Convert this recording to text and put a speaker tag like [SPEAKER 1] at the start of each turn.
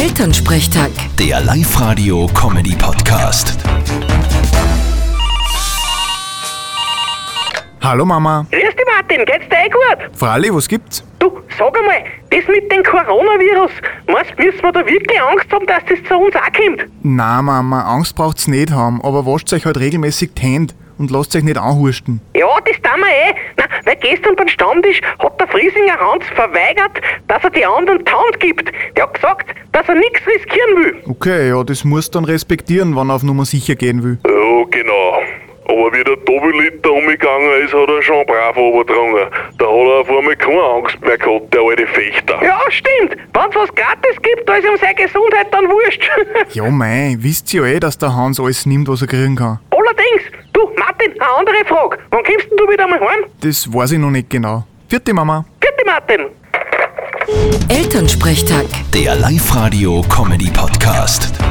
[SPEAKER 1] Elternsprechtag.
[SPEAKER 2] Der Live-Radio-Comedy-Podcast.
[SPEAKER 3] Hallo Mama.
[SPEAKER 4] Grüß dich, Martin, geht's dir eh gut?
[SPEAKER 3] Fralli, was gibt's?
[SPEAKER 4] Du, sag einmal, das mit dem Coronavirus, meinst du, müssen wir da wirklich Angst haben, dass das zu uns auch kommt?
[SPEAKER 3] Na Mama, Angst braucht's nicht haben, aber wascht euch halt regelmäßig die Hände und lasst euch nicht anhusten.
[SPEAKER 4] Ja, das tun wir eh. Nein, weil gestern beim Stammtisch hat der Friesinger Hans verweigert, dass er die anderen die Hand gibt. Der hat gesagt, dass er nichts riskieren will.
[SPEAKER 3] Okay, ja, das musst dann respektieren, wenn er auf Nummer sicher gehen will.
[SPEAKER 5] Ja, genau. Aber wie der Tobilit da umgegangen ist, hat er schon brav übertragen. Da hat er auf einmal keine Angst mehr gehabt, der alte Fechter.
[SPEAKER 4] Ja, stimmt. Wenn's was gratis gibt, da ist ihm seine Gesundheit dann wurscht.
[SPEAKER 3] Ja mei, wisst ihr ja eh, dass der Hans alles nimmt, was er kriegen kann.
[SPEAKER 4] Allerdings, du, Martin, eine andere Frage. Wann kommst denn du wieder mal heim?
[SPEAKER 3] Das weiß ich noch nicht genau. Vierte Mama.
[SPEAKER 4] Vierte Martin.
[SPEAKER 1] Elternsprechtag.
[SPEAKER 2] Der Live-Radio-Comedy-Podcast.